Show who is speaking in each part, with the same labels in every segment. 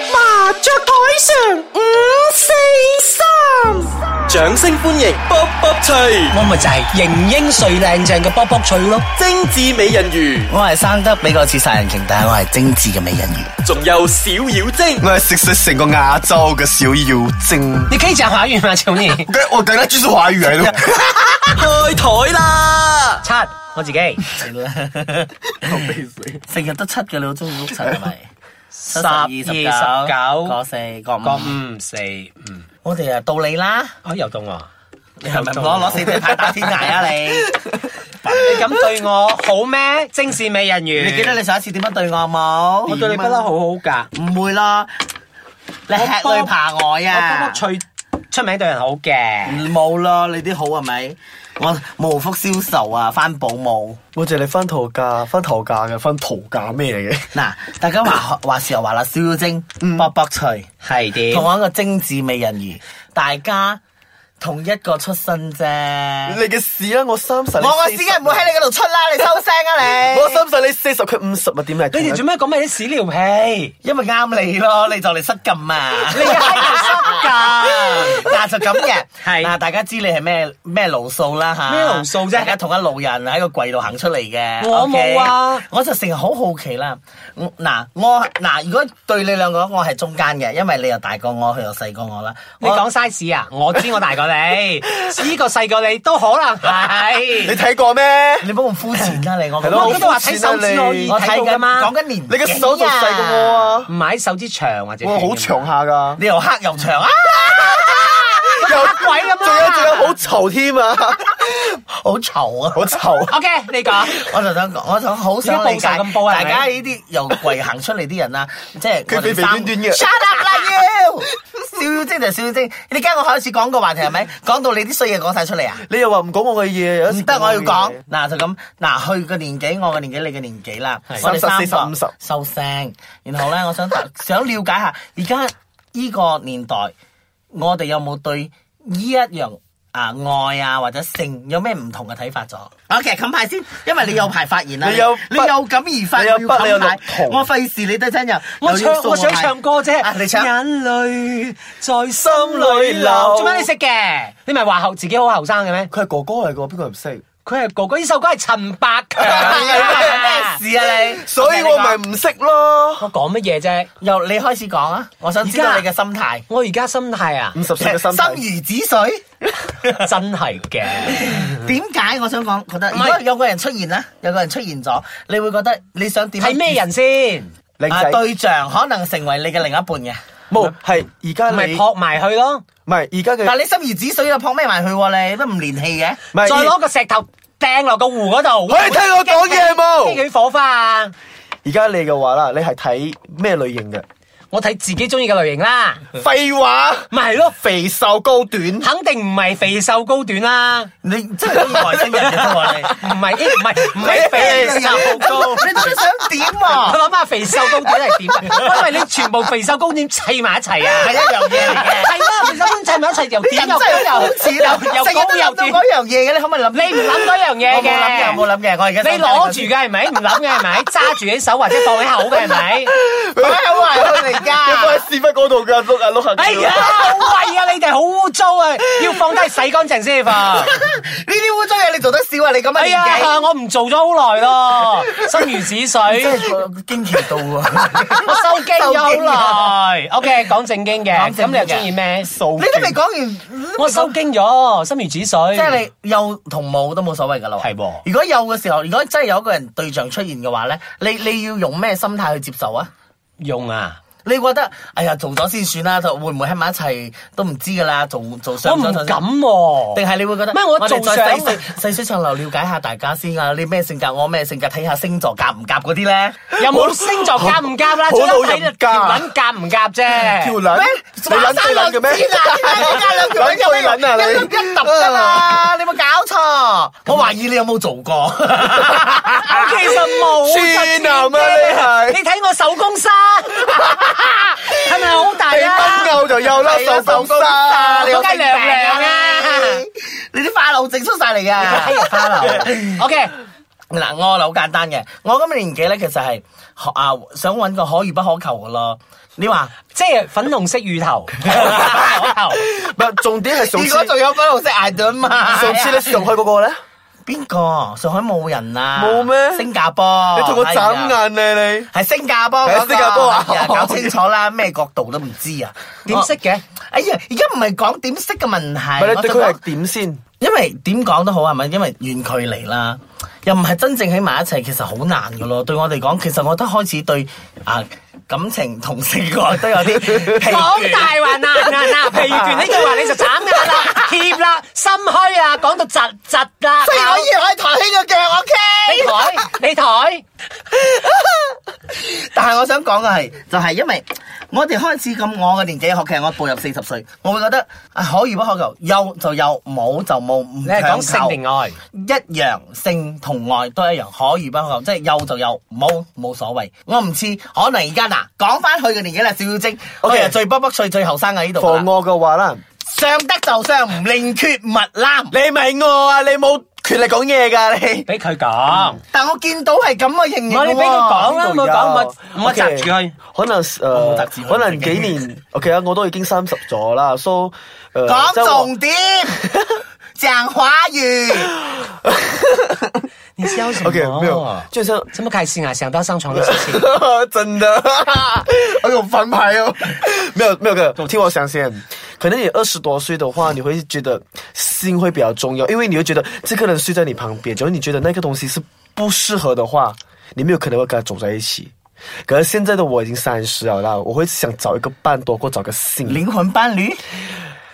Speaker 1: 雀台上五四三，
Speaker 2: 掌聲歡迎卜卜脆，
Speaker 3: 我咪就係型英帥靚正嘅卜卜脆咯，
Speaker 2: 精緻美人魚，
Speaker 3: 我係生得比較似殺人鯨，但係我係精緻嘅美人魚。
Speaker 2: 仲有小妖精，
Speaker 4: 我係食食成個亞洲嘅小妖精。
Speaker 3: 你可以講華語嗎？求 你。
Speaker 4: 我等下專注華語嚟咯。
Speaker 2: 開台啦！
Speaker 3: 七，我自己。成日都七嘅，你好中意碌七係咪？十
Speaker 5: 二十九
Speaker 3: 個四個
Speaker 5: 個
Speaker 3: 五，
Speaker 5: 五四五，
Speaker 3: 我哋啊到你啦，
Speaker 5: 啊又到我，
Speaker 3: 你係咪攞攞四對牌打天涯 啊你？
Speaker 5: 你咁對我好咩？精是美人魚，
Speaker 3: 你記得你上一次點樣對我冇？
Speaker 5: 我對你不嬲好好噶，
Speaker 3: 唔會咯，你吃裏扒外
Speaker 5: 我卜
Speaker 3: 啊
Speaker 5: 卜！脆出名對人好嘅，
Speaker 3: 冇咯，你啲好係咪？我無福消受啊，翻保姆。
Speaker 1: 我就你分圖價，分頭價嘅，分圖價咩嚟嘅？
Speaker 3: 嗱，大 家話話時又話啦，小妖精卜卜脆，
Speaker 5: 嗯係
Speaker 3: 同
Speaker 5: 點？
Speaker 3: 我一個精緻美人魚，大家同一個出身啫。
Speaker 1: 你嘅事啦，我三十，
Speaker 3: 我我屎梗唔會喺你嗰度出啦，你收聲啊你！
Speaker 1: 我三十你四十，佢五十啊，點嚟？
Speaker 5: 你哋做咩講埋啲屎尿屁？
Speaker 3: 因為啱你咯，你就嚟失禁啊！你
Speaker 5: 又係嚟 失
Speaker 3: 禁，嗱就咁嘅，
Speaker 5: 係
Speaker 3: 嗱大家知你係咩咩路數啦吓？
Speaker 5: 咩路數啫
Speaker 3: 大家同一路人喺個櫃度行出嚟嘅。
Speaker 5: 我冇啊
Speaker 3: OK？我就成日好好奇啦。嗯嗱我嗱如果對你兩個，我係中間嘅，因為你又大過我，佢又細過我啦。
Speaker 5: 你講 size 啊？我知我大 過你，呢個細過你都可能
Speaker 1: 你
Speaker 5: 係。
Speaker 1: 睇過咩？
Speaker 3: 你唔好咁膚淺啦，你我
Speaker 1: 係咯
Speaker 5: 我
Speaker 1: 好
Speaker 5: 都話睇手指可以
Speaker 3: 我睇
Speaker 5: 睇到
Speaker 3: 緊
Speaker 5: 噶嘛
Speaker 3: 講，緊年紀啊，
Speaker 1: 你嘅手仲細過我啊！
Speaker 5: 唔係手指長或者
Speaker 1: 我好
Speaker 5: 長
Speaker 1: 長下㗎，
Speaker 3: 你又黑又長啊！
Speaker 1: 又
Speaker 5: 鬼咁啊
Speaker 1: 仲 有仲有好稠添啊！
Speaker 3: 好臭啊！
Speaker 1: 好稠，
Speaker 5: OK，你講
Speaker 3: 我就想講，我想好想理解
Speaker 5: 而家報晒咁啊報係咪
Speaker 3: 大家呢啲由櫃行出嚟啲人啦， 即係
Speaker 1: 佢
Speaker 3: 我哋
Speaker 1: 肥肥
Speaker 3: 三
Speaker 1: 端端嘅
Speaker 3: Shut up 啦要，小妖精就小妖精。你驚我開始講個話題係咪？講到你啲衰嘢講晒出嚟啊？
Speaker 1: 你又話唔講我嘅嘢，有時
Speaker 3: 唔得，我要
Speaker 1: 嘅
Speaker 3: 講
Speaker 1: 嘢。
Speaker 3: 嗱就咁，嗱佢嘅年紀，我嘅年紀，你嘅年紀啦，我哋
Speaker 1: 三十
Speaker 3: 三個
Speaker 1: 四十五十
Speaker 3: 收聲。然後咧，我想想了解下而家呢個年代，我哋有冇對呢一樣啊愛啊或者性有咩唔同嘅睇法咗？OK，冚牌先，因為你有牌發言啦，
Speaker 1: 你有
Speaker 3: 你有感而發，
Speaker 1: 你有
Speaker 3: 要
Speaker 1: 筆你有
Speaker 3: 冚牌
Speaker 1: 綠圖
Speaker 3: 我費事你都真人，
Speaker 5: 我
Speaker 3: 又要
Speaker 5: 唱
Speaker 3: 掃
Speaker 5: 我想
Speaker 3: 牌
Speaker 5: 唱歌啫，
Speaker 3: 啊
Speaker 1: Dạ.
Speaker 3: 你唱
Speaker 5: 眼淚在心裏流，做咩你識嘅？你咪話後自己好後生嘅咩？
Speaker 1: 佢係哥哥嚟㗎，邊個唔識？
Speaker 5: 佢係哥哥，呢首歌係陳百 強
Speaker 3: 係
Speaker 5: 啊。
Speaker 3: 咩事啊你？
Speaker 1: 所以我咪唔識咯。
Speaker 5: 我講乜嘢啫？
Speaker 3: 由你開始講啊，我想知道
Speaker 5: 而
Speaker 3: 你
Speaker 5: 家
Speaker 3: 嘅心態。
Speaker 5: 我而家心態啊，
Speaker 1: 五十歲嘅心態
Speaker 3: 心如 止水。
Speaker 5: 真係嘅。
Speaker 3: 點解我想講覺得，如果有個人出現咧，有個人出現咗，你會覺得你想點？
Speaker 5: 係咩？人先？唔
Speaker 1: 靚
Speaker 3: 啊，
Speaker 1: 仔，
Speaker 3: 對象可能成為你嘅另一半嘅，
Speaker 1: 冇係而家
Speaker 5: 係
Speaker 1: 你
Speaker 5: 撲埋去咯，
Speaker 1: 唔係而家嘅，
Speaker 3: 但係你心如止水又撲咩埋去喎？你都唔連氣嘅。
Speaker 1: 唔
Speaker 5: 再
Speaker 1: 係
Speaker 5: 攞個石頭掟落個湖嗰度。
Speaker 1: 可以聽我講嘢
Speaker 5: 激
Speaker 1: 冇？
Speaker 5: 起火花啊！
Speaker 1: 而家你嘅話啦，你係睇咩類型嘅？
Speaker 5: 我睇自己中意嘅類型啦，
Speaker 1: 廢話，
Speaker 5: 咪係咯，
Speaker 1: 肥瘦高短，
Speaker 5: 肯定唔係肥瘦高短啦，唔
Speaker 3: 你真係中意外星人嘅啫 喎！你
Speaker 5: 係咦唔係唔係肥瘦高。
Speaker 3: 你到底想點
Speaker 5: 我
Speaker 3: 喎？
Speaker 5: 諗下肥瘦高短係點 啊？因為你全部肥瘦高短砌埋一齊啊，
Speaker 3: 係一樣嘢嚟嘅
Speaker 5: 係啦，肥瘦高短砌埋一齊又
Speaker 3: 人
Speaker 5: 點
Speaker 3: 真
Speaker 5: 又
Speaker 3: 係好
Speaker 5: 高
Speaker 3: 有
Speaker 5: 又
Speaker 3: 似啦，
Speaker 5: 又
Speaker 3: 成日
Speaker 5: 高
Speaker 3: 都
Speaker 5: 又
Speaker 3: 諗到
Speaker 5: 短
Speaker 3: 嗰。樣嘢嘅，你可唔可以諗？
Speaker 5: 你唔諗嗰樣嘢
Speaker 3: 我
Speaker 5: 嘅，
Speaker 3: 冇諗嘅，我冇諗嘅，我而家
Speaker 5: 你攞住嘅係咪？唔諗嘅係咪？揸住喺手或者放喺口嘅係 咪？
Speaker 3: 嘅，擺喺懷佢嚟
Speaker 1: 你放
Speaker 3: 㗎。
Speaker 1: 喺屎忽嗰度㗎，碌下碌下。
Speaker 5: 哎呀， 好喂啊！你哋好污糟啊，要放低洗乾淨 先放。
Speaker 3: 呢啲污糟嘢你做得少啊！你咁嘅
Speaker 5: 哎
Speaker 3: 年
Speaker 5: 呀，
Speaker 3: 紀，
Speaker 5: 我唔做咗好耐咯，心如止 水，
Speaker 3: 係驚奇到喎！
Speaker 5: 我收機咗 好耐。OK，講正經嘅，咁
Speaker 3: 講正經嘅
Speaker 5: 你又中意咩？
Speaker 1: 數
Speaker 3: 你都未講完，
Speaker 5: 我收經咗，心如止水。
Speaker 3: 即係你有同冇都冇所謂噶啦喎。
Speaker 5: 係喎
Speaker 3: 如果有嘅時候，如果真係有一個人對象出現嘅話咧，你你要用咩心態去接受啊？
Speaker 5: 用啊！
Speaker 3: 你覺得哎呀做咗先算啦，就會唔會喺埋一齊都唔知噶啦，做做
Speaker 5: 我
Speaker 3: 上
Speaker 5: 唔
Speaker 3: 咗就
Speaker 5: 敢喎。
Speaker 3: 定係你會覺得
Speaker 5: 咩我
Speaker 3: 哋
Speaker 5: 做
Speaker 3: 再
Speaker 5: 上
Speaker 3: 細水細水長流了解下大家先啊？你咩性格，我咩性格，睇下星座夾唔夾嗰 啲咧？
Speaker 5: 有冇星座夾唔夾啦？
Speaker 1: 好
Speaker 5: 最多
Speaker 1: 老人
Speaker 5: 睇你
Speaker 1: 家
Speaker 5: 條撚夾唔夾
Speaker 1: 條
Speaker 5: 啫。
Speaker 1: 撚，你撚對撚嘅咩？ 撚對撚啊
Speaker 3: 一
Speaker 1: 你！
Speaker 3: 揼㗎 嘛，你有冇搞錯？我懷疑你有冇做過？
Speaker 5: 我其實冇
Speaker 1: 黐男啊
Speaker 5: 嘅
Speaker 1: 你係
Speaker 5: 你睇我手工沙，係咪好大
Speaker 1: 你
Speaker 5: 啊
Speaker 1: 崩？牛就有啦，手工沙，
Speaker 5: 你
Speaker 1: 你
Speaker 5: 有梗係涼涼啊！
Speaker 3: 你啲花柳整出晒嚟噶，
Speaker 5: OK，
Speaker 3: 嗱，我好簡單嘅，我咁嘅年紀咧，其實係學啊想揾個可遇不可求嘅咯。你話？
Speaker 5: 即係粉紅色乳頭，乳頭
Speaker 4: 唔係重點係上
Speaker 1: 如
Speaker 4: 次
Speaker 1: 果，仲有粉紅色牙盾嘛？
Speaker 4: 上次你上海嗰個咧，
Speaker 3: 邊個？上海冇人啊？
Speaker 4: 冇咩
Speaker 3: 新加坡。
Speaker 4: 你同我眨
Speaker 3: 係啊
Speaker 4: 眼咧你。
Speaker 3: 係新加坡嗰個
Speaker 4: 係新加坡啊
Speaker 3: 係搞清楚啦，咩角度都唔知啊。
Speaker 5: 點識嘅？
Speaker 3: 哎呀，而家唔係講點識嘅問
Speaker 4: 唔係
Speaker 3: 題，
Speaker 4: 你
Speaker 3: 我
Speaker 4: 對
Speaker 3: 想
Speaker 4: 佢
Speaker 3: 講
Speaker 4: 係點先？
Speaker 3: 因為點講都好係咪？因為遠距離啦，又唔係真正喺埋一齊，其實好難噶咯。對我嚟講，其實我覺得開始對啊感情同性愛 都有啲疲
Speaker 5: 講大
Speaker 3: 倦。
Speaker 5: 話嗱嗱嗱，疲倦呢句話你就斬噶啦，怯啦，心虛啊，講到窒窒啦，
Speaker 1: 即係可以可以抬起個腳，OK。
Speaker 5: 你抬你抬，
Speaker 3: 但係我想講嘅係，就係、因為我哋開始咁我嘅年紀學，其實我步入四十歲，我會覺得啊可遇不可求，有就有，冇就冇，唔
Speaker 5: 你係
Speaker 3: 強
Speaker 5: 講
Speaker 3: 求
Speaker 5: 性定愛？
Speaker 3: 一樣性同愛都一樣，可遇不可求，即係有就有，冇冇所謂。我唔知，可能而家嗱講翻佢嘅年紀啦，小妖精，我
Speaker 4: OK
Speaker 3: 其實最卜卜脆、最後生喺呢度
Speaker 4: 防
Speaker 3: 啦。
Speaker 4: 我嘅話啦，
Speaker 3: 上得就上，唔另缺勿濫。
Speaker 4: 你咪我啊！你冇權力講嘢㗎你。
Speaker 5: 俾佢講，
Speaker 3: 但我見到係咁嘅形形
Speaker 5: 我哋俾佢講啦，
Speaker 4: 度
Speaker 5: 冇講
Speaker 4: 有
Speaker 5: 我我
Speaker 4: OK，
Speaker 5: 窒住佢。
Speaker 4: 可能
Speaker 3: 我冇
Speaker 4: 誒
Speaker 3: 特指，佢
Speaker 4: 可能幾年，OK 啊，我都已經三十咗啦，so 誒，
Speaker 3: 講
Speaker 4: 即係我
Speaker 3: 重點， 講華語。
Speaker 5: 你笑什
Speaker 4: OK 沒有，就像
Speaker 5: 这么开心啊！想到上床的事情，
Speaker 4: 真的，哎呦，翻牌
Speaker 5: 啊
Speaker 4: 哦！没有没有哥，听我想先，可能你二十多岁的话，你会觉得心会比较重要，因为你会觉得这个人睡在你旁边，假如你觉得那个东西是不适合的话，你没有可能会跟他走在一起。可是现在的我已经三十了啦，我会想找一个伴多过找个性。
Speaker 3: 靈魂伴侶，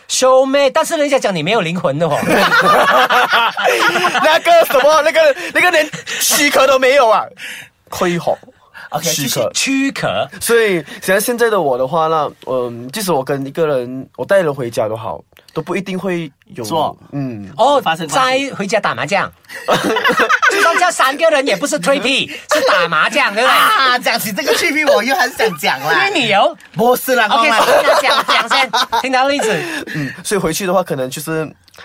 Speaker 5: 兄妹，但是人家讲你没有灵魂的 哦。
Speaker 4: 那个什么，那个那个连躯壳都没有啊，亏好。
Speaker 3: OK，
Speaker 4: 躯
Speaker 3: 继
Speaker 4: 壳。
Speaker 5: 躯壳，
Speaker 4: 所以，像现在的我的话，那嗯，即使我跟一个人，我带人回家都好，都不一定会有
Speaker 3: 做
Speaker 4: 嗯，
Speaker 5: 哦
Speaker 3: 发生，关
Speaker 5: 在
Speaker 3: 系
Speaker 5: 回家打麻将，就算叫三个人也不是吹 屁，是打麻将，对不对？
Speaker 3: 啊，講起這個區別，我又很想講啦。
Speaker 5: 哎因为你有
Speaker 3: 不是啦，我
Speaker 5: ，OK，
Speaker 3: 咪
Speaker 5: 讲讲先，听到例子，
Speaker 4: 嗯，所以回去的话，可能就是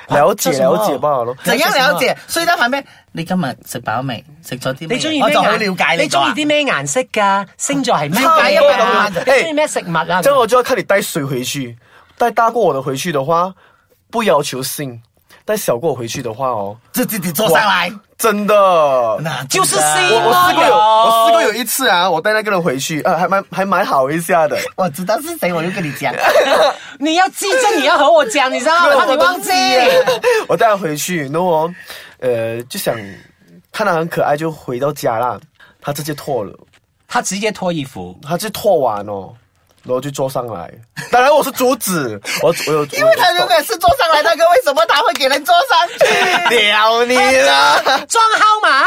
Speaker 4: 了解、
Speaker 5: 啊这什么
Speaker 4: 了解罢了。
Speaker 3: 怎樣了解？所以得飯咩？你今日食飽未？食咗啲咩？
Speaker 5: 你中意
Speaker 3: 我
Speaker 5: 咩
Speaker 3: 就好
Speaker 5: 顏？
Speaker 3: 了解
Speaker 5: 你
Speaker 3: 你
Speaker 5: 中意
Speaker 3: 咗啊。
Speaker 5: 啲咩颜色噶？星座系咩
Speaker 3: 差唔多
Speaker 5: 嘢啊？
Speaker 3: 啦
Speaker 5: 你中意咩食物啊？
Speaker 4: 这样我就要看你带谁回去，带大过我的回去的话，不要求性；带小过我回去的话，哦，
Speaker 3: 就自己坐上來。
Speaker 4: 真的。我
Speaker 3: 嗱，
Speaker 5: 就是
Speaker 3: 真的
Speaker 5: C 我
Speaker 4: 试过有，
Speaker 5: 哦
Speaker 4: 我试过有一次啊，我带那个人回去，呃，还蛮还蛮好一下的。
Speaker 3: 我知道是谁，我就跟你講。
Speaker 5: 你要记着，你要和我讲，你知 道吗？怕你忘记。
Speaker 3: 啊
Speaker 4: 我带他回去，然后哦，呃，就想看他很可爱，就回到家啦。他直接脱了，
Speaker 5: 他直接脱衣服，
Speaker 4: 他就脱完哦，然后就坐上来。当然我是阻止，我我有，
Speaker 3: 因为他原本是坐上来那个，为什么他会给人坐上去？
Speaker 4: 屌你啦！
Speaker 5: 装号码。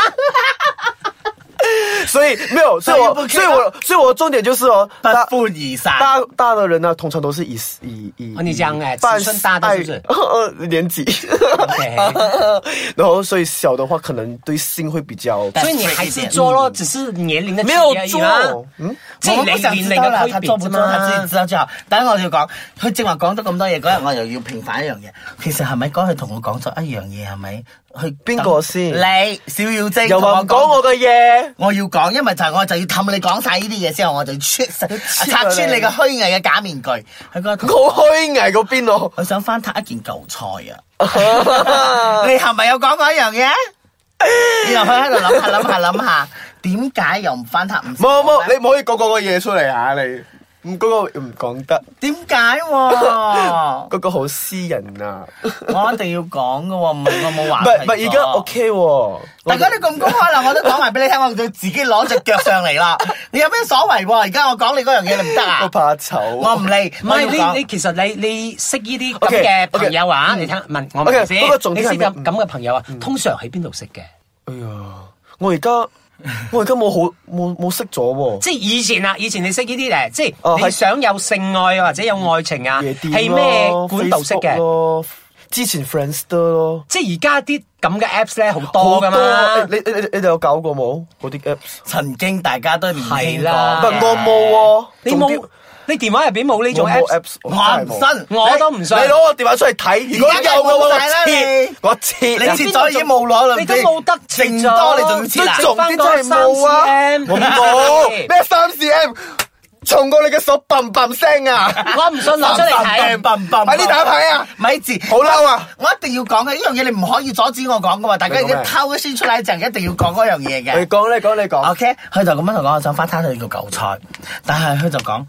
Speaker 4: 所以没有，
Speaker 3: 所
Speaker 4: 所以
Speaker 3: 以
Speaker 4: 我
Speaker 3: 不可以
Speaker 4: 所以我所以我重点就是哦，大
Speaker 3: 不以上
Speaker 4: 大大的人呢、通常都是以以以
Speaker 5: 哦你讲哎
Speaker 4: 半
Speaker 5: 尺寸大的是不是
Speaker 4: 爱呃年纪， 然后所以小的话可能对性会比较
Speaker 5: 所以你还是啊做咯，只是年龄的
Speaker 4: 没
Speaker 5: 区
Speaker 4: 有
Speaker 5: 别而已啦
Speaker 4: 做，嗯。
Speaker 5: 即系
Speaker 3: 我都
Speaker 5: 年
Speaker 3: 想
Speaker 5: 年
Speaker 3: 知
Speaker 5: 龄
Speaker 3: 道啦，
Speaker 5: 嘅
Speaker 3: 他
Speaker 5: 区别
Speaker 3: 做
Speaker 5: 啫
Speaker 3: 唔做，他自己
Speaker 5: 嘛。
Speaker 3: 知道之後，等我要講，佢正話講咗咁多嘢，嗰日我又要平反一樣嘢。其實係咪該佢同我講咗一樣嘢？係咪？佢
Speaker 4: 邊個先
Speaker 3: 你小妖精
Speaker 4: 又話唔講我。嘅嘢，
Speaker 3: 我要講，因為就係我就要氹你講晒呢啲嘢之後，我就要 穿拆穿你嘅虛偽嘅假面具。佢嗰個
Speaker 4: 我虛偽嗰 邊咯。
Speaker 3: 佢想翻撻一件舊菜啊！你係咪有講過一樣 嘢？然後佢喺度諗下諗下諗下，點解又唔翻撻唔？
Speaker 4: 冇
Speaker 5: 啊
Speaker 4: 冇，你唔可以講嗰個嘢出嚟啊！你唔嗰個唔嗯講得，
Speaker 3: 點解喎？
Speaker 4: 嗰個好私人啊。
Speaker 3: 我一定要講噶喎，唔係我冇
Speaker 4: 唔
Speaker 3: 話題
Speaker 4: 係
Speaker 3: 咗
Speaker 4: 唔係，而家 OK 喎。
Speaker 3: 大家都咁公開啦，我都講埋俾你聽，我就自己攞只腳上 嚟啦。你有咩所謂喎？而家我講你嗰樣嘢，你唔得
Speaker 4: 我
Speaker 3: 啊！
Speaker 4: 怕醜。
Speaker 3: 我唔理，
Speaker 5: 唔
Speaker 3: 我
Speaker 5: 係你
Speaker 3: 要
Speaker 5: 你
Speaker 3: 講。
Speaker 5: 其實你你識呢啲咁
Speaker 4: OK，
Speaker 5: 嘅
Speaker 4: OK，嗯
Speaker 5: 朋友啊，你聽問我問
Speaker 4: OK，
Speaker 5: 先，
Speaker 4: 不過重
Speaker 5: 你
Speaker 4: 點
Speaker 5: 識咁
Speaker 4: 係咩嗯
Speaker 5: 咁嘅朋友啊，通常喺邊度識嘅？
Speaker 4: 哎呀，我而家我而家冇好冇冇識咗喎。
Speaker 5: 即係以前啊，以前你識呢啲誒，即
Speaker 4: 哦
Speaker 5: 係你
Speaker 4: 係
Speaker 5: 想有性愛啊或者有愛情啊，
Speaker 4: 夜店
Speaker 5: 係咩
Speaker 4: 咯
Speaker 5: 管道識
Speaker 4: Facebook
Speaker 5: 嘅？
Speaker 4: 咯？之前 Friendster 咯，
Speaker 5: 即係而家啲咁嘅 apps 咧好
Speaker 4: 好啊
Speaker 5: 多噶嘛。
Speaker 4: 你你你你哋有搞過冇嗰啲 apps？
Speaker 3: 曾經大家都年輕
Speaker 5: 係
Speaker 4: 唔
Speaker 5: 啦
Speaker 3: 過，
Speaker 4: 係我冇喎，
Speaker 5: 你
Speaker 4: 仲
Speaker 5: 冇
Speaker 4: 啲，
Speaker 5: 你電話入邊冇呢種
Speaker 4: 我冇
Speaker 5: apps，
Speaker 4: apps，
Speaker 3: 我唔
Speaker 4: 真係冇
Speaker 3: 信，
Speaker 5: 我都唔信
Speaker 4: 你。攞我電話出嚟睇，如果有嘅話
Speaker 3: 而家
Speaker 4: 我
Speaker 3: 梗係冇晒啦
Speaker 4: 切
Speaker 3: 你，
Speaker 4: 我切。
Speaker 3: 你切咗已經冇攞啦，
Speaker 5: 你都
Speaker 3: 唔知
Speaker 5: 冇得切
Speaker 3: 剩
Speaker 5: 咗
Speaker 3: 多你仲要切啦
Speaker 4: 都。仲啲真係冇啊！
Speaker 5: 剩返個
Speaker 4: 我
Speaker 5: 三 cm
Speaker 4: 冇咩三 cm，從過你嘅手砰砰聲 啊！
Speaker 5: 我唔信攞出嚟睇。
Speaker 3: 笨笨，
Speaker 4: 快啲打牌啊！
Speaker 3: 咪字，
Speaker 4: 好嬲啊！
Speaker 3: 我一定要講嘅呢樣嘢，你唔可以阻止我講噶嘛。大家已
Speaker 4: 你講
Speaker 3: 經
Speaker 4: 咩
Speaker 3: 偷咗先出嚟，就一定要講嗰樣嘢嘅。
Speaker 4: 你講你講你講，
Speaker 3: OK，佢就咁樣同我講，我想翻攤佢個舊菜，但係佢就講，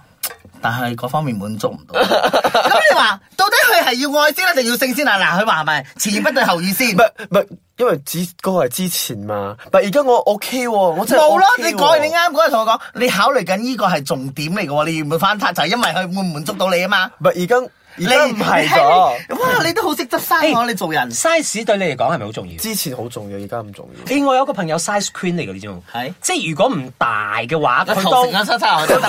Speaker 3: 但係嗰方面滿足唔到。咁你話到底佢係要愛先咧，定要性先啊？嗱，佢話係咪前言不對後語先
Speaker 4: 唔？係唔係，因為只嗰個係之前嘛，但而家我 OK 喎，我真係
Speaker 3: 冇咯，你
Speaker 4: OK 喎
Speaker 3: 講你啱嗰日同我講，你考慮緊呢個係重點嚟嘅喎，你要唔要翻攤就係因為佢會唔滿足到你啊嘛？
Speaker 4: 唔係而家而
Speaker 3: 你
Speaker 4: 家唔係咗，
Speaker 3: 你哇！你都好識執生啊我，你做人
Speaker 5: size 對你嚟講係咪好重要？
Speaker 4: 之前好重要，而家唔重要。
Speaker 5: 誒，我有個朋友 size queen 嚟嘅呢種，
Speaker 3: 係
Speaker 5: 即係如果唔大嘅話，佢
Speaker 3: 頭
Speaker 5: 都
Speaker 3: 成。啊，出差我都得。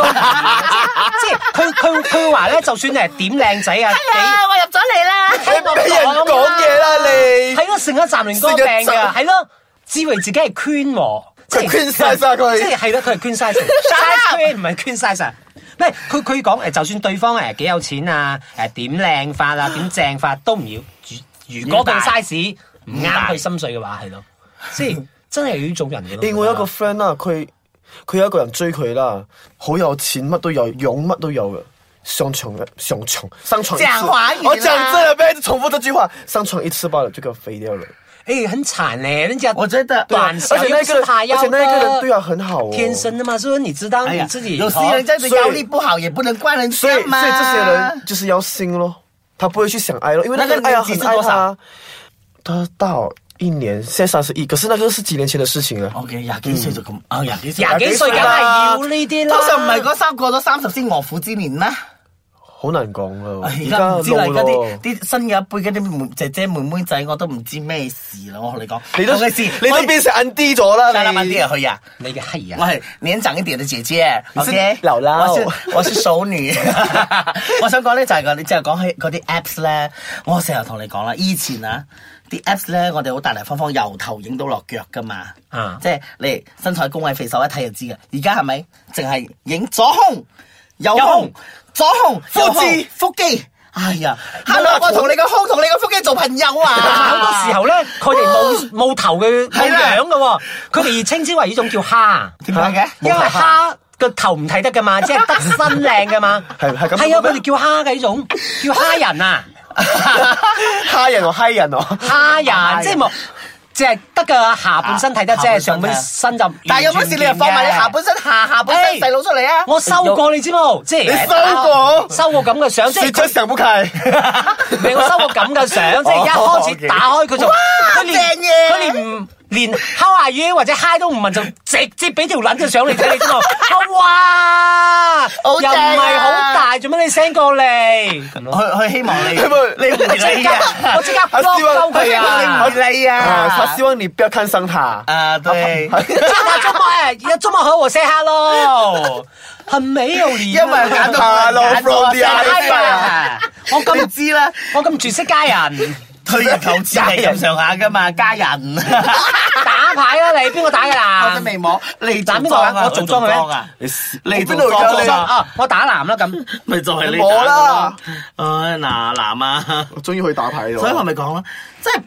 Speaker 5: 即係佢佢佢話咧，就算你係點靚
Speaker 4: 哎
Speaker 5: 仔啊，
Speaker 3: 啊，我入咗嚟啦。
Speaker 4: 你俾人講嘢啦
Speaker 5: 你
Speaker 4: 你，
Speaker 5: 係咯，成咗站亂歌病
Speaker 4: 成日
Speaker 5: 㗎，
Speaker 4: 站
Speaker 5: 係啊咯，自為自己係 queen 喎，即係
Speaker 4: 佢 queen size 啊佢
Speaker 5: 即係係咯，佢係 queen size，size queen 唔係 queen size 啊。唔係佢佢講誒，就算對方誒幾有錢啊，誒點靚法啊，點正法都唔要。如如果個 size 唔啱佢心水嘅話，係咯，即係真係有呢種人嘅咯。
Speaker 4: 誒，我有一個 friend 啦，佢佢有一個人追佢啦，好有錢，乜都有，擁乜都有嘅。上床嘅上床上床一次，
Speaker 3: 講華語啦
Speaker 4: 我講真的，不要一直重複這句話。上床一次罷了，就給我飛掉了。
Speaker 5: 誒哎很慘咧，人家
Speaker 3: 我覺得
Speaker 5: 對啊
Speaker 3: 短
Speaker 4: 而且那
Speaker 5: 小又不
Speaker 4: 个
Speaker 5: 是他
Speaker 4: 人，而
Speaker 5: 要
Speaker 4: 且那一個人
Speaker 5: 的
Speaker 4: 對他很好哦。
Speaker 5: 天生的嘛，所以你知道
Speaker 3: 哎
Speaker 5: 你
Speaker 3: 呀
Speaker 5: 自己
Speaker 3: 有些人真的腰力不好，也不能怪人
Speaker 4: 所以
Speaker 3: 家
Speaker 4: 所以
Speaker 3: 嘛。
Speaker 4: 这些人就是要信咯，他不会去想爱咯，因为那
Speaker 3: 那
Speaker 4: 个人
Speaker 3: 个
Speaker 4: 爱啊
Speaker 3: 年
Speaker 4: 很
Speaker 3: 纪是
Speaker 4: 爱
Speaker 3: 多少
Speaker 4: 他。他大我一年，现在三十一，可是那个是几年前的事情啊了。
Speaker 3: ，OK，廿幾歲就咁啊，廿幾歲，
Speaker 5: 廿幾歲梗係要呢啲啦，
Speaker 3: 通常唔係嗰三過咗三十先卧虎之年咩？
Speaker 4: 好難講啊！
Speaker 3: 而
Speaker 4: 而
Speaker 3: 家哎唔知啦，
Speaker 4: 家
Speaker 3: 而
Speaker 4: 老
Speaker 3: 家
Speaker 4: 咯，
Speaker 3: 啲啲新嘅一輩嗰啲妹姐姐妹妹仔，我都唔知咩事啦。我同你講，
Speaker 4: 你都
Speaker 3: 同事，
Speaker 4: 你都變成 N D 咗啦，
Speaker 3: 大老闆
Speaker 4: 你
Speaker 3: 啲人去啊！
Speaker 5: 你嘅係
Speaker 3: 我
Speaker 5: 啊，
Speaker 3: 係年長一點的姐姐
Speaker 4: 你是
Speaker 3: ，OK，
Speaker 4: 姥姥
Speaker 3: 我是我是熟女。我想講咧就係個，你即係講起嗰啲 apps 咧，我成日同你講啦，以前啊啲 apps 咧，我哋好大大方方由頭影到落腳噶嘛，
Speaker 5: 啊
Speaker 3: 即係你身材高矮肥瘦一睇就知嘅。而家係咪淨係影左胸、右
Speaker 5: 右
Speaker 3: 胸
Speaker 5: 胸、
Speaker 3: 左胸、
Speaker 4: 腹肌
Speaker 3: 右胸、腹肌？哎呀，hello，我同你個胸同你個腹肌做朋友啊！
Speaker 5: 好多時候咧，佢哋冇 冇頭嘅冇
Speaker 3: 係啦
Speaker 5: 樣嘅喎，佢哋稱之為呢種叫蝦，
Speaker 3: 點解嘅？
Speaker 5: 因為蝦個頭唔睇得 噶嘛，即係得身靚噶嘛，
Speaker 4: 係係
Speaker 5: 係啊，
Speaker 4: 咁嘅咩
Speaker 5: 佢哋叫蝦嘅呢種，叫蝦人 啊，
Speaker 4: 蝦人哦，蝦人哦，
Speaker 5: 蝦人，即係冇。即係得個下半身睇得
Speaker 3: 啊
Speaker 5: 啫，上半身就
Speaker 3: 但係有本事你又放埋你下半身、下下半身
Speaker 5: 哎
Speaker 3: 細佬出嚟啊！
Speaker 5: 我收過你知冇？即係
Speaker 4: 你收過
Speaker 5: 收過咁嘅相，即係
Speaker 4: 雪
Speaker 5: 佢
Speaker 4: 真想不開。
Speaker 5: 未我收過咁嘅相，即係一開始打開佢就，佢連
Speaker 3: 正嘢
Speaker 5: 佢連唔連 How are you 或者 Hi 都唔問，就直接俾條撚嘅相你睇，你知 冇？我哇，
Speaker 3: 好
Speaker 5: 又
Speaker 3: 正
Speaker 5: 唔
Speaker 3: 啊
Speaker 5: 係好大，做乜你 send 過嚟？
Speaker 3: 佢佢希望你
Speaker 4: 希望你
Speaker 3: 你回
Speaker 5: 即
Speaker 3: 禮
Speaker 5: 刻
Speaker 3: 啊！
Speaker 5: 我即刻
Speaker 4: 他
Speaker 5: block
Speaker 4: 希望
Speaker 5: 鳩佢
Speaker 3: 啊
Speaker 5: 啊！
Speaker 3: 你唔回禮啊
Speaker 4: 他希望你不要看上他。
Speaker 3: 啊，對，
Speaker 5: 中文中文，要中文和我 say hello，很沒有禮
Speaker 3: 因為
Speaker 5: 貌。
Speaker 3: 揀到
Speaker 4: Hello
Speaker 3: 揀到
Speaker 4: from the
Speaker 5: 哎
Speaker 4: outside
Speaker 5: 呀，我
Speaker 3: 咁
Speaker 5: 咁
Speaker 3: 知啦，
Speaker 5: 我咁絕色佳人。
Speaker 3: 退而求之係咁上下噶嘛，家人。
Speaker 5: 打牌啦你，邊個打嘅
Speaker 3: 我
Speaker 5: 啦
Speaker 3: 都？未摸，你
Speaker 5: 打
Speaker 3: 做
Speaker 5: 邊個
Speaker 3: 莊
Speaker 5: 啊
Speaker 3: 啊？
Speaker 5: 我做莊嘅咩
Speaker 3: 啊？
Speaker 4: 你
Speaker 3: 你做
Speaker 4: 我邊度有
Speaker 3: 莊
Speaker 4: 你
Speaker 3: 啊
Speaker 5: 啊，我打男啦咁，
Speaker 3: 咪就係你
Speaker 4: 我
Speaker 3: 打
Speaker 4: 啦
Speaker 3: 啦。唉，嗱，男啊，
Speaker 4: 我終於去打牌咯
Speaker 3: 所以我咪講咯，即係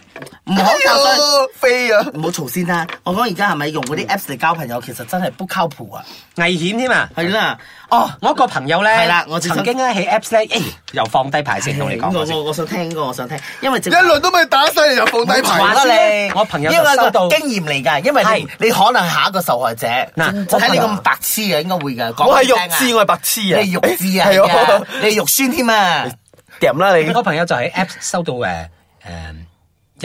Speaker 3: 唔好教
Speaker 4: 哎
Speaker 3: 衰。
Speaker 4: 呦飛啊！
Speaker 3: 唔好嘈先啦！我講而家係咪用嗰啲 apps 嚟交朋友，其實真係不靠譜啊！Ờ,
Speaker 5: 危險添啊！
Speaker 3: 係啦，哦，
Speaker 5: 我一個朋友咧，
Speaker 3: 係啦我最想
Speaker 5: 曾經咧喺 Apps 咧，誒又放低牌先同你講
Speaker 3: 我
Speaker 5: 過先
Speaker 3: 我我想聽呢個，我想聽，因為一
Speaker 4: 一輪都未打晒，你 就放低
Speaker 5: 冇錯
Speaker 4: 牌
Speaker 5: 啊。
Speaker 3: 啦你，
Speaker 5: 我朋友就
Speaker 3: 因為
Speaker 5: 收
Speaker 3: 個
Speaker 5: 到
Speaker 3: 經驗嚟㗎，因為
Speaker 5: 係
Speaker 3: 你你可能下一個受害者。
Speaker 5: 嗱
Speaker 3: 睇你咁白痴嘅，應該會㗎。講
Speaker 4: 我係
Speaker 3: 俾你
Speaker 4: 肉
Speaker 3: 聽啊
Speaker 4: 痴，我係白痴啊！
Speaker 3: 你係肉痴啊，
Speaker 4: 誒
Speaker 3: 係
Speaker 4: 係
Speaker 3: 啊
Speaker 4: 啊，
Speaker 3: 你係肉酸添啊！
Speaker 4: 掂啦你
Speaker 5: 我。朋友就喺 Apps 收到誒誒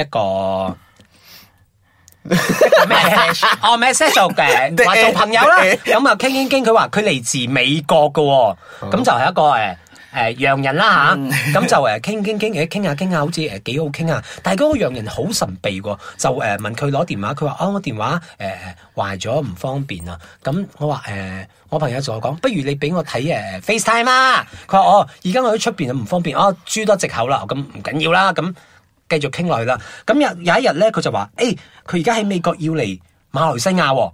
Speaker 5: 一個。一個咩哦 message 嘅，話做朋友啦，咁啊傾傾傾，佢話佢嚟自美國嘅喎，咁就係一個誒誒洋人啦吓，咁就誒傾傾傾，誒傾下傾下，好似誒幾好傾啊，但係嗰個洋人好神秘喎，就誒問佢攞電話，佢話啊我電話誒壞咗唔方便啊，咁我話誒我朋友就同我講，不如你俾我睇誒啊 FaceTime 啦，佢話哦而家我喺出邊唔方便，哦諸多藉口啦，咁唔緊要啦，咁繼續傾落去啦。咁有有一日咧，佢就話：，誒、佢而家喺美國要嚟馬來西亞喎。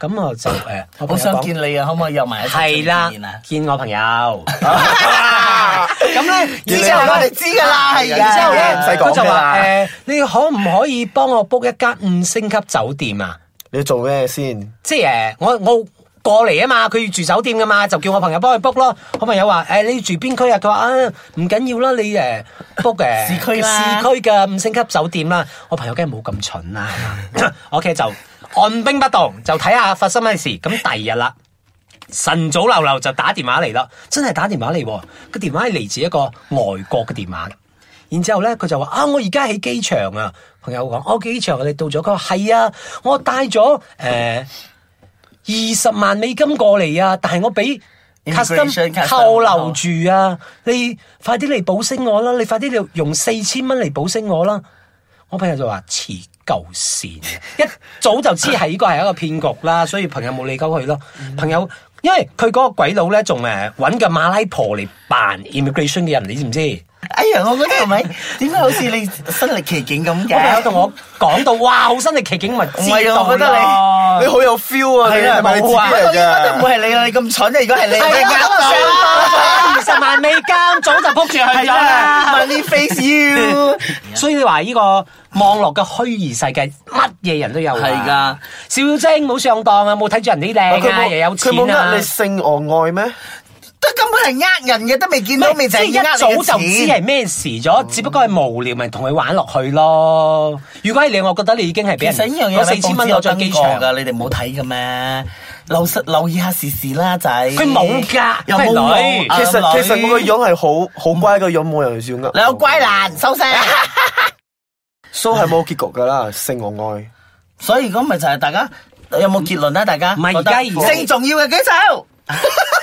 Speaker 5: 咁我就誒，呃我
Speaker 3: 好
Speaker 5: 朋友
Speaker 3: 想
Speaker 5: 講
Speaker 3: 見你啊，可唔可以又埋一齊
Speaker 5: 係啦
Speaker 3: 見面啊，
Speaker 5: 見我朋友。 咁咧，然之後
Speaker 3: 我
Speaker 5: 咧
Speaker 3: 哋。知噶啦，係啊
Speaker 5: 然之後咧，
Speaker 4: 唔使講
Speaker 5: 佢就
Speaker 4: 咩
Speaker 5: 話：
Speaker 4: 啦
Speaker 5: 誒，你可唔可以幫我 book 一間五星級酒店啊？
Speaker 4: 你要做咩先？
Speaker 5: 即係誒，我我過嚟啊嘛，佢要住酒店噶嘛，就叫我朋友幫佢 book 咯。我朋友話：誒，你住邊區啊？佢話：啊，唔緊要啦，你誒 book 誒
Speaker 3: 市區啦
Speaker 5: 市區嘅五星級酒店啦。我朋友梗係冇咁蠢啦 ，OK 就按兵不動，就睇下發生咩事。咁第二日啦。晨早流流就打電話嚟啦，真係打電話嚟喎，個電話係嚟自一個外國嘅電話。然之後咧，佢就話：啊，我而家喺機場啊！朋友講：我、機場我哋啊到咗。佢話：係啊，我帶咗誒二十萬美金過嚟啊，但係我俾
Speaker 3: Immigration custom
Speaker 5: 扣留住啊！你快啲嚟保釋我啦！你快啲嚟用四千蚊嚟保釋我啦！我朋友就話黐鳩線，一早就知係呢個係一個騙局 啦，所以朋友冇理鳩佢咯。
Speaker 3: 嗯
Speaker 5: 朋友，因為佢嗰個鬼佬咧，仲誒揾個馬拉婆嚟扮 immigration 嘅人，你知唔知？
Speaker 3: 哎呀，我覺得係咪？點解好似你身歷其境咁
Speaker 5: 我朋友
Speaker 3: 嘅？
Speaker 5: 同我講到，哇，好身歷其境，咪知
Speaker 3: 唔係啊
Speaker 5: 道
Speaker 3: 我覺得
Speaker 5: 咯
Speaker 4: 你。好有 feel 啊！你
Speaker 3: 係
Speaker 4: 係
Speaker 3: 啊，
Speaker 4: 咪你自
Speaker 3: 冇啊，
Speaker 4: 己
Speaker 3: 應
Speaker 4: 人
Speaker 3: 該都唔
Speaker 4: 㗎？
Speaker 3: 會係你啦，你咁蠢啊！如果係你，你
Speaker 5: 係啊，我上
Speaker 3: 呃到
Speaker 5: 當咗二十萬美金，早就撲住去咗
Speaker 3: 係啊
Speaker 5: 啦
Speaker 3: 啦。，Money face you，
Speaker 5: 所以你話呢個網絡嘅虛擬世界，乜嘢人都有啊
Speaker 3: 係㗎。
Speaker 5: 小晶冇上當啊，冇睇住人啲
Speaker 4: 佢
Speaker 5: 靚啊，
Speaker 4: 冇
Speaker 5: 又有
Speaker 4: 佢
Speaker 5: 錢
Speaker 4: 冇
Speaker 5: 啊
Speaker 4: 呃你。性我愛咩？
Speaker 3: 都根本係呃人嘅，都未見
Speaker 5: 咩
Speaker 3: 到面就
Speaker 5: 即係
Speaker 3: 係
Speaker 5: 一
Speaker 3: 要呃
Speaker 5: 早
Speaker 3: 你
Speaker 5: 就
Speaker 3: 嘅
Speaker 5: 知係
Speaker 3: 錢。嗯
Speaker 5: 咩事咗，只不過係無聊，咪同佢玩落去咯。如果係你，我覺得你已經係俾
Speaker 3: 其
Speaker 5: 人
Speaker 3: 實呢樣
Speaker 5: 攞
Speaker 3: 嘢
Speaker 5: 四千蚊攞咗機場
Speaker 3: 噶，你哋冇睇嘅咩？留留意下時事啦，仔。佢
Speaker 5: 冇㗎
Speaker 3: 又
Speaker 5: 佢係
Speaker 3: 冇
Speaker 5: 女
Speaker 3: 冇
Speaker 4: 其實
Speaker 3: 啊
Speaker 4: 其實我個樣係好好乖個樣，冇人笑呃我。
Speaker 3: 你有乖男 收聲。
Speaker 4: ，so 係冇結局㗎啦，性我愛。
Speaker 3: 所以咁咪就係大家有冇結論咧？大家
Speaker 5: 唔係
Speaker 3: 覺得
Speaker 5: 而家而家
Speaker 3: 性重要嘅舉手。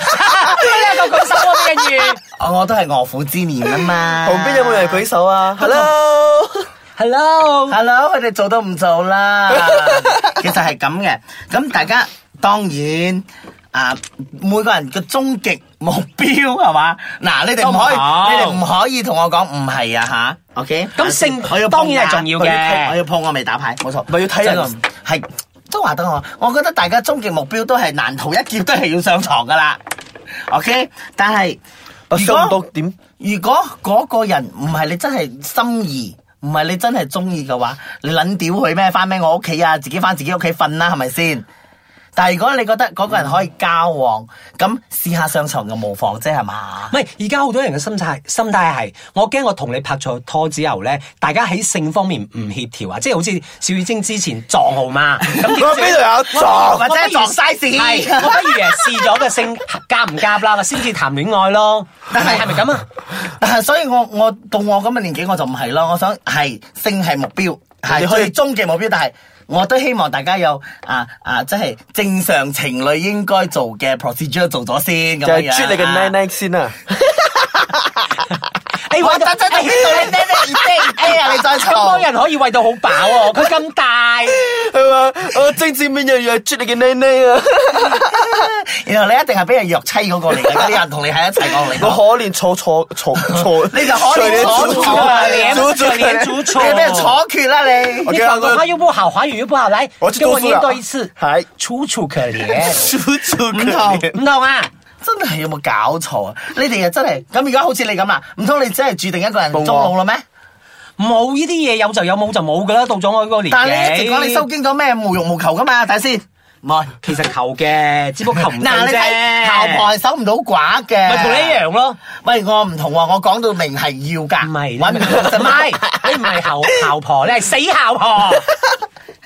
Speaker 5: 呢一個舉手啊，美人魚
Speaker 3: 我我都係卧虎之年啊嘛。
Speaker 4: 旁邊有冇人舉手啊？Hello，à?
Speaker 5: ，Hello。
Speaker 3: Hello，佢哋做都唔做 啦。其實係咁嘅，咁大家當然啊，每個人嘅終極目標係嘛？嗱，你哋唔可以，
Speaker 5: 都唔好
Speaker 3: 你哋唔可以同我講唔係啊吓 OK，
Speaker 5: 咁性
Speaker 3: 我要
Speaker 5: 當然係
Speaker 3: 碰下啊
Speaker 5: 重要
Speaker 3: 我睇
Speaker 5: 嘅
Speaker 3: 我要碰我未打牌，冇錯。
Speaker 4: 咪要睇人
Speaker 3: 真係，係都話得我。我覺得大家終極目標都係難逃一劫，都係要上床噶啦。OK，但係
Speaker 4: 我
Speaker 3: 如
Speaker 4: 想唔
Speaker 3: 果
Speaker 4: 到點？
Speaker 3: 如果嗰個人唔係你真係心儀，唔係你真係中意嘅話，你撚屌佢咩？翻咩我屋企啊，自己翻自己屋企瞓啦，係咪先？但係如果你覺得嗰個人可以交往，咁試下上床又無妨啫，係嘛
Speaker 5: 唔？係，而家好多人嘅心態心態係，我驚我同你拍咗拖之後咧，大家喺性方面唔協調啊，即係好似小雨晶之前撞號嘛， 咁點
Speaker 4: 我
Speaker 5: 知
Speaker 4: 邊度有撞？
Speaker 3: 或者
Speaker 5: 我不如
Speaker 3: 撞 size
Speaker 5: 係我不如誒試咗個性夾唔夾啦，先至談戀愛咯。
Speaker 3: 但係
Speaker 5: 係咪咁啊？
Speaker 3: 但係所以我我到我咁嘅年紀我就唔係咯，我想係性係目標，係
Speaker 4: 你可以
Speaker 3: 最終嘅目標，但係。我都希望大家有啊啊，即係正常情侶應該做嘅 procedure 做咗先咁
Speaker 4: 就
Speaker 3: 樣
Speaker 4: 係
Speaker 3: 樣。
Speaker 4: 啜你嘅奶奶先 啊！
Speaker 5: 誒
Speaker 3: 哎我真真係知道你爹爹已經，哎呀，你再
Speaker 5: 香港
Speaker 3: 嘈。
Speaker 5: 人可以餵到好飽喎，佢咁大，
Speaker 4: 係嘛？我精子面又又啜你嘅奶奶啊！
Speaker 3: 然後你一定係俾人虐妻嗰個嚟嘅，嗰啲人同你喺一齊講嚟
Speaker 4: 我
Speaker 3: 講。
Speaker 4: 可憐坐坐坐坐，
Speaker 3: 你就可憐坐
Speaker 5: 坐
Speaker 3: 坐啊你
Speaker 5: 坐坐你坐
Speaker 3: 你
Speaker 5: 坐
Speaker 3: 係俾人處決啦你！
Speaker 4: 我
Speaker 5: 你
Speaker 4: 跟
Speaker 5: 廣東
Speaker 4: 我
Speaker 5: 話又不好，華語又不好，來
Speaker 4: 我去
Speaker 5: 跟
Speaker 4: 讀
Speaker 5: 我
Speaker 4: 書
Speaker 5: 念多一
Speaker 4: 啦
Speaker 5: 次，
Speaker 4: 係
Speaker 5: 楚楚可憐，
Speaker 4: 楚楚可
Speaker 3: 唔
Speaker 5: 唔
Speaker 4: 憐。
Speaker 5: 同啊？
Speaker 3: 真係有冇搞錯啊？你哋又真係咁，而家好似你咁啦，唔通你真係注定一個人
Speaker 4: 冇我
Speaker 3: 終老啦咩？
Speaker 5: 冇呢啲嘢有就有，冇就冇噶啦。到咗我呢個年紀，
Speaker 3: 但係你一直講你收，經咗咩無欲無求噶嘛？睇下先，唔係
Speaker 5: 其實求嘅，只不過求唔到
Speaker 3: 嗱，
Speaker 5: 啫
Speaker 3: 你睇姣婆係守唔到寡嘅，
Speaker 5: 咪同你一樣咯。
Speaker 3: 喂，我唔同喎，我講到明係要㗎，
Speaker 5: 唔係，
Speaker 3: 揾
Speaker 5: 唔
Speaker 3: 唔到
Speaker 5: 係，
Speaker 3: 啫
Speaker 5: 唔
Speaker 3: 嘛
Speaker 5: 係，你唔係姣姣婆，你係死姣婆。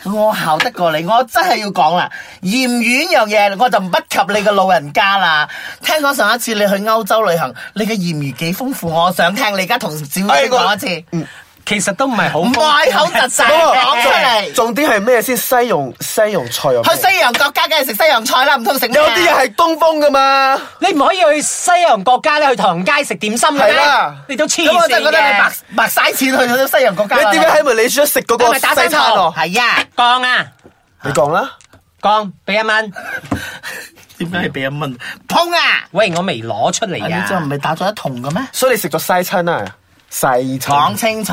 Speaker 3: 我考得過你，我真係要講啦。豔遇呢樣嘢，我就唔不及你個老人家啦。聽講上一次你去歐洲旅行，你嘅豔遇幾豐富，我想聽你而家同小英
Speaker 4: 哎我
Speaker 3: 講一次，
Speaker 5: 其實都唔係好
Speaker 3: 唔愛口窒 晒講出 嚟。
Speaker 4: 重點係咩先？西洋西洋菜有咩
Speaker 3: 去西洋國家梗係食西洋菜啦，唔通食咩
Speaker 4: 有
Speaker 3: 啊
Speaker 4: 啲嘢係東風噶嘛？
Speaker 5: 你唔可以去西洋國家咧，去唐人街食點心嘅
Speaker 4: 係
Speaker 5: 咩
Speaker 4: 啦？
Speaker 5: 你都黐
Speaker 3: 咁我
Speaker 5: 線
Speaker 3: 真係覺得你白
Speaker 5: 嘅。
Speaker 3: 白嘥錢去咗西洋國家
Speaker 4: 你
Speaker 3: 啦。
Speaker 4: 點解喺咪你想食嗰
Speaker 5: 係
Speaker 4: 個
Speaker 5: 咪
Speaker 4: 西
Speaker 5: 打
Speaker 4: 餐
Speaker 5: 聲
Speaker 4: 咯？
Speaker 3: 係啊，
Speaker 5: 降啊，
Speaker 4: 你講啦，
Speaker 5: 降，俾一蚊。
Speaker 3: 點解係俾一蚊？碰啊！哎
Speaker 5: 喂，我未攞出嚟
Speaker 3: 你就唔
Speaker 5: 啊！
Speaker 3: 係打咗一桶嘅咩？
Speaker 4: 所以你食咗西餐啊？細
Speaker 3: 講
Speaker 4: 層。
Speaker 3: 清楚，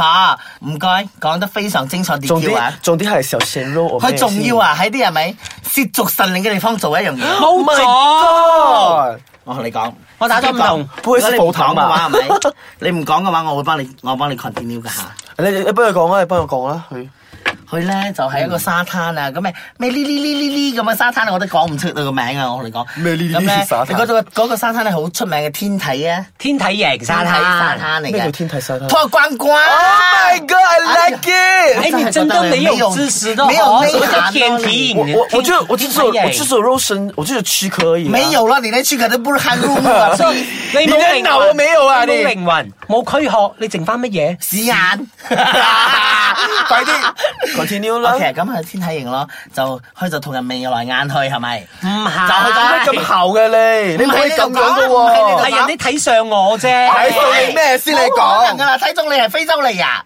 Speaker 3: 唔該，講得非常精彩
Speaker 4: 重
Speaker 3: 啲
Speaker 4: 點
Speaker 3: 啊！
Speaker 4: 重點係小鮮肉，
Speaker 3: 佢仲要啊喺啲係咪涉足神靈嘅地方做一樣嘢？
Speaker 5: 冇
Speaker 4: Oh
Speaker 5: 咗，
Speaker 4: 啊！
Speaker 3: 我同你講，
Speaker 5: 我打咗唔同
Speaker 4: 不會
Speaker 3: 如果
Speaker 4: 是
Speaker 3: 你唔
Speaker 4: 暴頭
Speaker 3: 講嘅
Speaker 4: 嘛
Speaker 5: 啊
Speaker 3: 話係咪？你唔講嘅話，我會幫你，我幫你 continue 噶嚇。
Speaker 4: 你你你幫佢講啊，你幫佢講啦，佢
Speaker 3: 佢咧就係一個沙灘啊，咁咩咩呢呢呢呢呢咁嘅沙灘，我都講唔出佢個名啊！我同你講
Speaker 4: 咩呢呢呢
Speaker 3: 咁咧
Speaker 4: 沙灘
Speaker 3: 嗰個嗰個沙灘係好出名嘅天體啊，
Speaker 5: 天體型沙
Speaker 3: 天體沙
Speaker 5: 灘。
Speaker 3: 灘嚟嘅，
Speaker 4: 咩叫天體沙灘
Speaker 3: 破關關。
Speaker 4: ？Oh my god，I
Speaker 5: 哎
Speaker 4: like it！
Speaker 5: 你真的没有知识的
Speaker 3: 没有
Speaker 5: 哦，
Speaker 3: 内
Speaker 5: 什么叫
Speaker 3: 涵
Speaker 5: 天
Speaker 3: 哦
Speaker 5: 体
Speaker 3: 你
Speaker 5: 营？
Speaker 4: 我我我就我就
Speaker 5: 天
Speaker 4: 只
Speaker 5: 天
Speaker 4: 有
Speaker 5: 体
Speaker 4: 我
Speaker 5: 营
Speaker 4: 就只有肉身，我就有躯壳而已啊。
Speaker 3: 没有啦，你咧去可能不是汗入目 啊，所以
Speaker 5: 你
Speaker 4: 你
Speaker 5: 冇
Speaker 4: 嘅
Speaker 5: 靈
Speaker 4: 腦
Speaker 5: 魂
Speaker 4: 沒有啊
Speaker 5: 你
Speaker 4: 你
Speaker 5: 冇靈魂，冇軀殼，你剩翻乜嘢？
Speaker 3: 屎 眼。
Speaker 4: 快啲 continue 啦
Speaker 3: O。K，咁係天體型咯，就佢就同人眉來眼去係咪？
Speaker 5: 唔係
Speaker 3: 就
Speaker 4: 做咩咁姣嘅你？你唔可以咁樣噶喎。
Speaker 5: 係人哋睇上我啫。
Speaker 4: 睇到你咩先？你
Speaker 3: 冇可能噶
Speaker 4: 講
Speaker 3: 啦，睇中你係非洲嚟啊！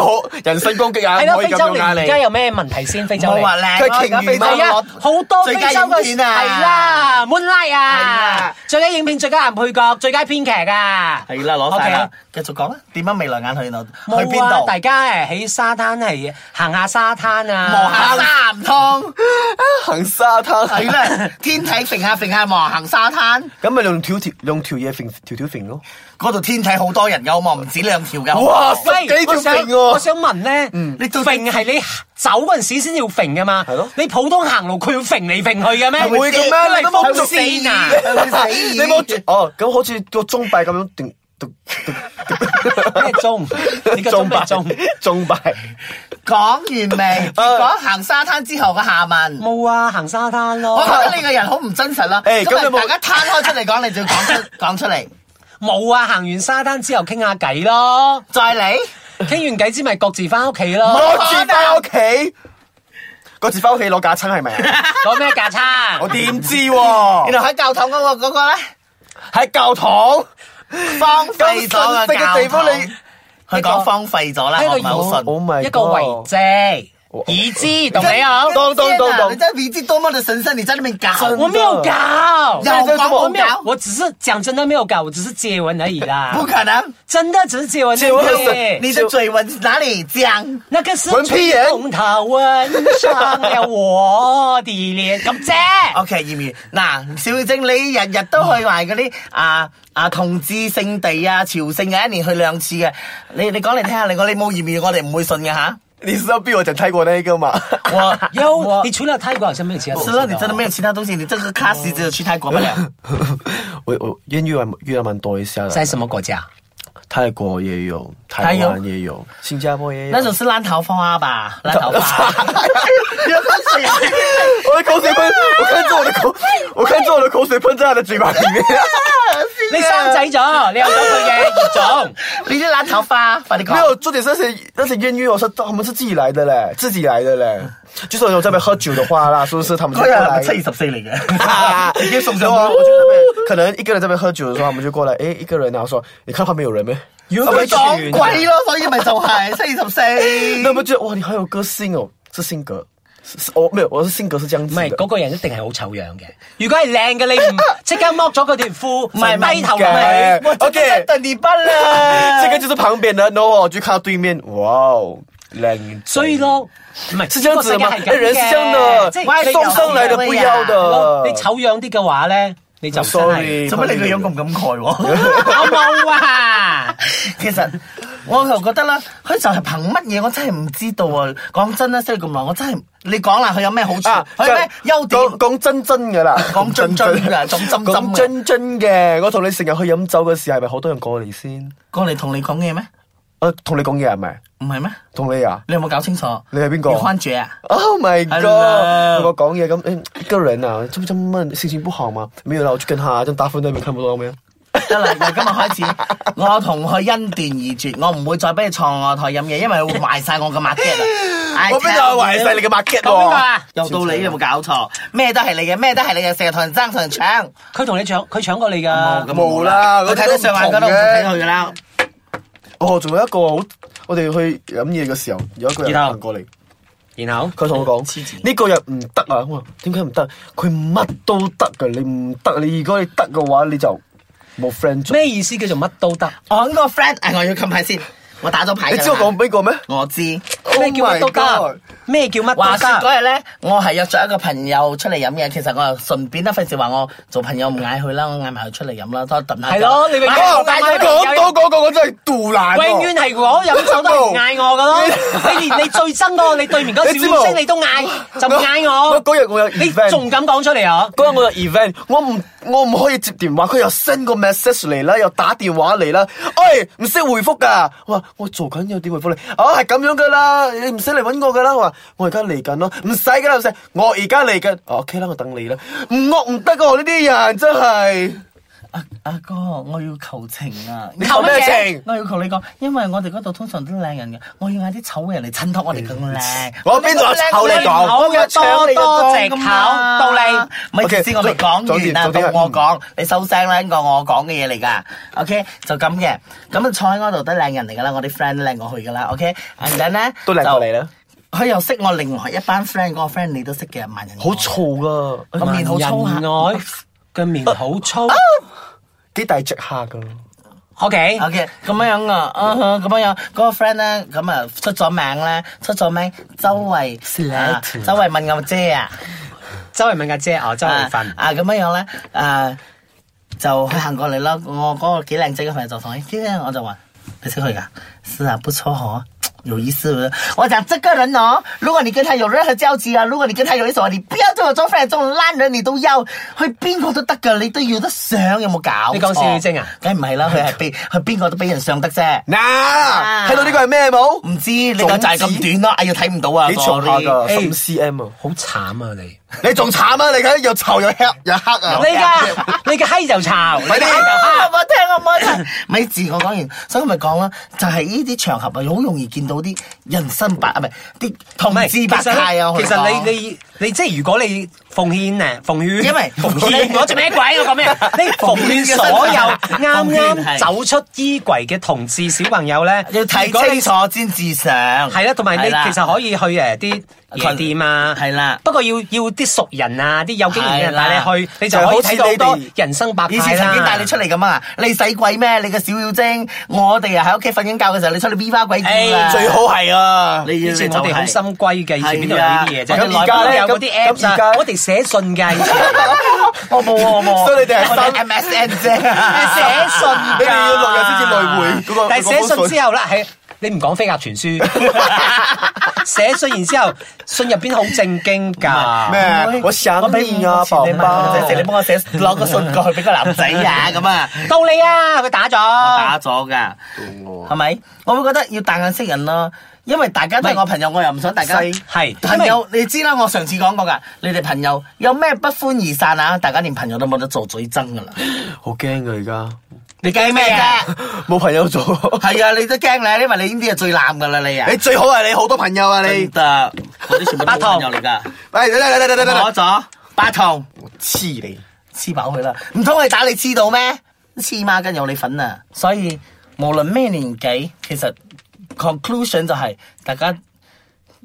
Speaker 4: 好人身攻擊啊，
Speaker 5: 係
Speaker 4: 唔
Speaker 5: 啦，
Speaker 4: 可以
Speaker 5: 非
Speaker 4: 咁
Speaker 5: 洲
Speaker 4: 樣
Speaker 5: 嚟
Speaker 4: 啊
Speaker 5: 而家
Speaker 4: 你。
Speaker 5: 有咩問題先？非洲
Speaker 3: 冇話
Speaker 5: 嚟
Speaker 3: 靚咯，而
Speaker 4: 佢係鯨魚
Speaker 3: 家非洲
Speaker 5: 係啊
Speaker 3: 攞，
Speaker 5: 好多非
Speaker 3: 最
Speaker 5: 洲
Speaker 3: 佳
Speaker 5: 嘅
Speaker 3: 影片啊，
Speaker 5: 係，啦，Moonlight
Speaker 3: 係
Speaker 5: 啊
Speaker 3: 啊，
Speaker 5: 最佳影片、最佳男配角、最佳編劇啊。
Speaker 3: 係啦，攞晒啦
Speaker 5: OK，
Speaker 3: 繼續講啦，點樣眉來眼去呢去
Speaker 5: 冇
Speaker 3: 邊
Speaker 5: 啊！
Speaker 3: 度？
Speaker 5: 大家誒喺沙灘係行下沙灘啊，
Speaker 3: 磨下沙唔通？
Speaker 4: 行沙灘
Speaker 3: 係啦，天體揈下揈下磨行沙灘，
Speaker 4: 咁咪用條條用條嘢揈條條揈咯。
Speaker 3: 嗰度天體好多人有嘛，唔止兩條㗎。
Speaker 4: 哇
Speaker 5: 喂
Speaker 4: 十幾條
Speaker 5: 我想
Speaker 4: 揈喎
Speaker 5: 我想問咧，你揈係你走嗰陣時先要揈噶嘛？
Speaker 4: 係咯
Speaker 5: 你普通行路佢要揈嚟揈去嘅咩？
Speaker 4: 係會嘅咩？你都冇
Speaker 5: 佢會先啊！
Speaker 4: 你冇哦，咁好似個鐘擺咁樣定定定
Speaker 5: 咩鐘？你個鐘咩鐘？
Speaker 4: 鐘擺。
Speaker 3: 講 完
Speaker 4: 啊
Speaker 3: 未？結果行沙灘之後嘅下文。
Speaker 5: 冇啊，行沙灘
Speaker 3: 我覺
Speaker 5: 咯。
Speaker 3: 得你個人好唔真實啦。
Speaker 4: 哦誒咁
Speaker 3: 咁
Speaker 4: 你冇
Speaker 3: 咪大家攤開出嚟講，你就要講出 講出嚟，
Speaker 5: 冇啊，行完沙灘之後傾下偈咯，
Speaker 3: 再嚟。
Speaker 5: 傾完偈之咪各自翻屋企咯。
Speaker 4: 我住翻屋企，嗰次翻屋企攞架撐係咪啊？
Speaker 5: 攞咩架撐？
Speaker 4: 我點知喎？
Speaker 3: 原來喺教堂嗰個嗰個咧，
Speaker 4: 喺教堂
Speaker 3: 荒
Speaker 4: 咁
Speaker 3: 廢
Speaker 4: 神
Speaker 3: 咗
Speaker 4: 聖
Speaker 3: 嘅教
Speaker 4: 嘅地方，
Speaker 3: 堂。
Speaker 4: 你
Speaker 3: 佢講荒廢咗啦，
Speaker 5: 喺
Speaker 3: 我
Speaker 5: 個
Speaker 3: 唔係好信。
Speaker 4: Oh my
Speaker 5: 一個遺
Speaker 4: God
Speaker 5: 跡
Speaker 4: 我，
Speaker 5: 已知，懂你啊？
Speaker 4: 懂懂懂懂
Speaker 3: 你真係未知多麼的神聖，你在那邊搞。
Speaker 5: 我没有搞，
Speaker 3: 有搞
Speaker 5: 我没有
Speaker 3: 有搞，
Speaker 5: 我只是讲真的没有搞，我只是接吻而已啦。
Speaker 3: 不可能，
Speaker 5: 真的只是接吻而已，
Speaker 4: 接吻很神
Speaker 3: 你的嘴吻哪裡僵？
Speaker 5: 那个是
Speaker 4: 吻屁眼
Speaker 5: 从他吻上了我的脸，咁啫。
Speaker 3: OK，艷遇嗱，小正你日日都去埋嗰啲啊啊同志聖地啊朝聖嘅，一年去兩次嘅。你你講嚟聽下，你講你冇艷遇，我哋唔會信嘅 吓。
Speaker 4: 你知道逼我講泰國那一個嘛？
Speaker 3: 我
Speaker 5: 有，你除了泰国好像没有其他。
Speaker 3: 是啦，你真的没有其他东西，你这个卡西只有去泰国不
Speaker 5: 啊
Speaker 3: 了。
Speaker 4: 我我因為越南蠻多一下的，
Speaker 5: 在什么国家？
Speaker 4: 泰國也有，
Speaker 3: 还
Speaker 4: 台
Speaker 3: 有
Speaker 4: 灣也有，新加坡也有。
Speaker 3: 那种是烂桃花吧？烂桃花。
Speaker 4: 我的口水喷，我看着我的口，我看着我的口水噴在他的嘴巴裏面。
Speaker 5: 你生仔咗，你有咗佢嘅熱種。
Speaker 3: 你啲烂桃花，快啲
Speaker 4: 没
Speaker 3: 講。
Speaker 4: 有，重点是那些那些艳遇哦，是他们是自己来的嘞，自己来的嘞。就是我这边喝酒的话啦，是不是他们就
Speaker 3: 佢
Speaker 4: 过
Speaker 3: 係
Speaker 4: 来？
Speaker 3: 七二十四嚟嘅。
Speaker 4: 啊！ 你别 怂着我，我就在那边，可能一个人在那边喝酒的时候，他们就过来，诶，一个人然后啊说，你看旁边有人没？有
Speaker 3: 佢撞鬼咯，所以咪就係七二十四。
Speaker 4: 那不就哇，你好有个性哦，是性格，是是我没有，我是性格是这样
Speaker 5: 唔
Speaker 4: 子
Speaker 5: 係
Speaker 4: 的
Speaker 5: 嗰。個人一定係好醜樣嘅。如果係靚嘅，你唔即刻剝咗佢條褲，
Speaker 3: 係唔係
Speaker 5: 低頭
Speaker 4: 嘅
Speaker 5: 咪
Speaker 3: 我真係等你班啦。
Speaker 4: 这个就是旁边的，然后我就看到对面，哇哦，靓，
Speaker 5: 所以咯，唔係
Speaker 4: 是这樣子的嗎哎
Speaker 5: 呢個世界係咁嘅
Speaker 4: 人是這樣的
Speaker 5: 即係
Speaker 3: 喂
Speaker 5: 你
Speaker 4: 送上來的不要的，
Speaker 5: 你醜樣啲嘅話咧，你就真係
Speaker 4: sorry，
Speaker 3: 做乜你個樣咁感慨喎？
Speaker 5: 我冇啊！
Speaker 3: 其實我就覺得啦，佢就係憑乜嘢？我真係唔知道啊！講真啦，識咗咁耐，我真係你講啦，佢有咩好處？
Speaker 4: 啊，
Speaker 3: 佢有咩優點？
Speaker 4: 講講真真噶啦，
Speaker 3: 講真真㗎講 真真㗎
Speaker 4: 講真真嘅。我同你成日去飲酒嘅時候，係咪好多人過嚟先？
Speaker 3: 過嚟同你講嘢咩？
Speaker 4: 我同你講嘢係咪？
Speaker 3: 唔係咩？
Speaker 4: 同你啊
Speaker 3: 你有冇搞清楚？
Speaker 4: 你係邊個
Speaker 3: 你關注啊？
Speaker 4: ？Oh my god！
Speaker 3: Hello
Speaker 4: 我講嘢咁，嗯一個人啊，這麼這麼心情不好嘛？沒有啦，我去跟他，這樣大風那邊看不到咩？
Speaker 3: 得啦， 由今日開始，我同佢恩斷義絕，我唔會再俾你坐我台飲嘢，因為佢會壞晒我嘅 market 啊！
Speaker 4: 我邊度壞晒你嘅 market
Speaker 5: 講邊個
Speaker 4: 喎？
Speaker 5: 啊？
Speaker 3: 有道理，有冇搞錯？咩都係你嘅，咩都係你嘅，成日同人爭，同人搶。
Speaker 5: 佢同你搶，佢搶過你㗎。
Speaker 4: 冇啦
Speaker 3: 佢睇得上眼嗰度唔睇佢噶啦。
Speaker 4: 哦，仲有一個好，我哋去飲嘢嘅時候，有一個人
Speaker 5: 然後
Speaker 4: 行過嚟。
Speaker 5: 然後
Speaker 4: 佢同我
Speaker 3: 黐線
Speaker 4: 講：呢個人唔得啊！我話點解唔得？佢乜都得噶，你唔得，你如果你得嘅話，你就冇 friend 做。
Speaker 5: 咩意思叫做乜都得？
Speaker 3: 我呢個 friend，誒我要近排先，我打咗牌㗎
Speaker 4: 你
Speaker 3: 啦
Speaker 4: 知我講邊 個咩？
Speaker 3: 我知。
Speaker 5: 咩叫乜都
Speaker 4: Oh my
Speaker 5: 得啊
Speaker 4: god？
Speaker 5: 咩叫乜
Speaker 3: 話
Speaker 5: 都
Speaker 3: 說
Speaker 5: 得？
Speaker 3: 嗰日咧，我係約咗一個朋友出嚟飲嘢，其實我又順便啦，費事話我做朋友唔嗌佢啦，我嗌埋佢出嚟飲啦，多揼下。
Speaker 5: 係咯你咪
Speaker 3: 啊
Speaker 5: 講
Speaker 4: 哦
Speaker 5: 我帶咗
Speaker 4: 講到嗰個我真係杜難喎。
Speaker 5: 永遠係我飲酒都係嗌我噶咯，你連你最憎嗰個你對面嗰個
Speaker 4: 你知
Speaker 5: 小
Speaker 4: 冇
Speaker 5: 星你都嗌，就唔嗌我
Speaker 4: 我。嗰日我有
Speaker 5: 你
Speaker 4: event
Speaker 5: 仲敢講出嚟啊？
Speaker 4: 嗰日我有 event，我唔我唔可以接電話，佢又 send 個 message 嚟啦，又打電話嚟啦，哎唔識回覆噶，我話我做緊有點回覆你，啊係咁樣噶啦，你唔使嚟揾我噶啦，我話我而家嚟緊咯，唔使噶啦，唔使，我而家嚟緊，啊 OK 啦，我等你啦，唔惡唔得噶，我呢啲人真係，
Speaker 3: 阿阿哥，我要求情 啊！
Speaker 4: 你求咩情？
Speaker 3: 我要求你講，因為我哋嗰度通常都靚人嘅，我要嗌啲醜嘅人嚟襯托我哋咁靚。
Speaker 4: 嗯我邊度有醜你
Speaker 3: 唔好
Speaker 4: 講？
Speaker 3: 嘅多多藉
Speaker 5: 多
Speaker 3: 口
Speaker 5: 口
Speaker 3: 到
Speaker 5: 道理
Speaker 3: 你，唔係
Speaker 4: OK，
Speaker 3: 先我未講
Speaker 4: 早
Speaker 3: 完
Speaker 4: 啲
Speaker 3: 啊，
Speaker 4: 早啲
Speaker 3: 到
Speaker 4: 啊
Speaker 3: 我講，你收聲啦，呢個我講嘅嘢嚟㗎。OK，就咁嘅，咁啊坐喺嗰度都靚人嚟㗎啦，我啲 friend 都靚過佢㗎啦。OK，and then 咧
Speaker 4: 都靚過你啦，
Speaker 3: 就佢又識我另外一班 friend，嗰個 friend 你都識嘅萬人愛，
Speaker 4: 好燥噶，
Speaker 3: 個面好粗下。
Speaker 5: 愛嘅面好 粗。
Speaker 4: 幾大隻下噶，
Speaker 5: O K，
Speaker 3: OK，咁樣樣啊，啊哈咁樣樣，嗰、個 friend 咧，咁啊出咗名咧，出咗名，周圍、啊、周圍問我姐啊，
Speaker 5: 周慧敏嘅姐哦，周慧
Speaker 3: 啊
Speaker 5: 芬。
Speaker 3: 啊咁樣樣咧，啊就佢行過嚟啦，我嗰個幾靚仔嘅朋友就同佢，跟住我就話你識佢噶，是啊，不錯嗬。有意思的，我講這個人哦，如果你跟他有任何交集啊，如果你跟他有一手，你不要對我做 friend，這種爛人你都有，去邊個都得噶，你都要得上，有冇搞錯？
Speaker 5: 你講小女精啊
Speaker 3: 梗唔係啦，佢係俾佢邊個都俾人上得啫。
Speaker 4: 嗱睇到呢個係咩冇？
Speaker 3: 唔知你個就係咁短咯，哎呀睇唔到啊！
Speaker 4: 幾重下
Speaker 3: 個
Speaker 4: 噶，十五 cm 啊！
Speaker 5: 好慘啊你！
Speaker 4: 你仲慘啊！你而家又臭又黑又黑啊！
Speaker 5: 你嘅你嘅閪就巢，
Speaker 4: 快啲
Speaker 3: 啊！我聽我冇聽，咪字我講完，所以咪講啦，就係呢啲場合啊，好容易見到啲人生百啊，唔係啲同志百態啊。
Speaker 5: 其實你你你即係如果你奉獻誒奉勸，
Speaker 3: 因為
Speaker 5: 奉獻我做咩鬼我 講咩？你奉勸所有啱啱走出衣櫃嘅同志小朋友咧，
Speaker 3: 要睇
Speaker 5: 如果你
Speaker 3: 清楚先至上，
Speaker 5: 係啦，同埋你
Speaker 3: 係啦
Speaker 5: 其實可以去誒啲夜店啊，
Speaker 3: 係啦
Speaker 5: 不過要要啲熟人啊，啲有經驗嘅人
Speaker 3: 係啦
Speaker 5: 帶你去，你就可以睇到好多人生百態啦。
Speaker 3: 以前曾經帶你出嚟咁啊，你使鬼咩？你個小妖精，我哋啊喺屋企瞓緊覺嘅時候，你出去 V 花鬼叫啦。
Speaker 5: 哎
Speaker 4: 最好係啊！
Speaker 3: 你要
Speaker 5: 以前我哋好心歸嘅，以前邊度有呢啲嘢啫？
Speaker 3: 係啊
Speaker 5: 咁而家咧有嗰啲 apps
Speaker 4: 咁而家
Speaker 5: 啊
Speaker 4: 咧，
Speaker 5: 我哋寫信㗎， 以前
Speaker 3: 我冇啊我冇啊。
Speaker 4: 所以你哋係
Speaker 3: 我哋
Speaker 4: 心
Speaker 3: MSN 啫，
Speaker 5: 寫信㗎
Speaker 4: 你哋要六日先至來回嗰個
Speaker 5: 但係寫
Speaker 4: 嗰
Speaker 5: 信
Speaker 4: 封
Speaker 5: 之後咧，係你唔講飛鴿傳書，寫信然之後，信入邊好正經㗎。
Speaker 4: 咩？我想你啊，
Speaker 3: 我
Speaker 4: 寶
Speaker 3: 俾五個錢你買
Speaker 4: 寶
Speaker 3: 個。仔你幫我寫攞個信過去俾個男仔啊，咁 啊，
Speaker 5: 到你啊，佢打咗。
Speaker 3: 打咗噶，係咪？我會覺得要大眼識人咯，因為大家都係我朋友，我又唔想大家
Speaker 4: 細
Speaker 5: 係
Speaker 3: 朋友，你知啦，我上次講過噶，你哋朋友有咩不歡而散啊？大家連朋友都冇得做，最憎噶啦！
Speaker 4: 好驚啊！
Speaker 3: 你驚咩 啫？
Speaker 4: 而家冇朋友做，
Speaker 3: 係啊，你都驚啦，因為你呢啲係最濫噶啦，你啊
Speaker 4: 你，最好係你好多朋友啊！
Speaker 3: 你
Speaker 4: 你
Speaker 3: 得我啲全部都係朋友嚟噶，
Speaker 4: 喂，嚟嚟嚟嚟嚟
Speaker 3: 攞
Speaker 4: 嚟，
Speaker 3: 咗八筒。
Speaker 4: 黐你！
Speaker 3: 黐飽佢啦，唔通佢打你黐到咩？黐孖筋有你份啊！所以無論咩年紀，其實 conclusion 就係、大家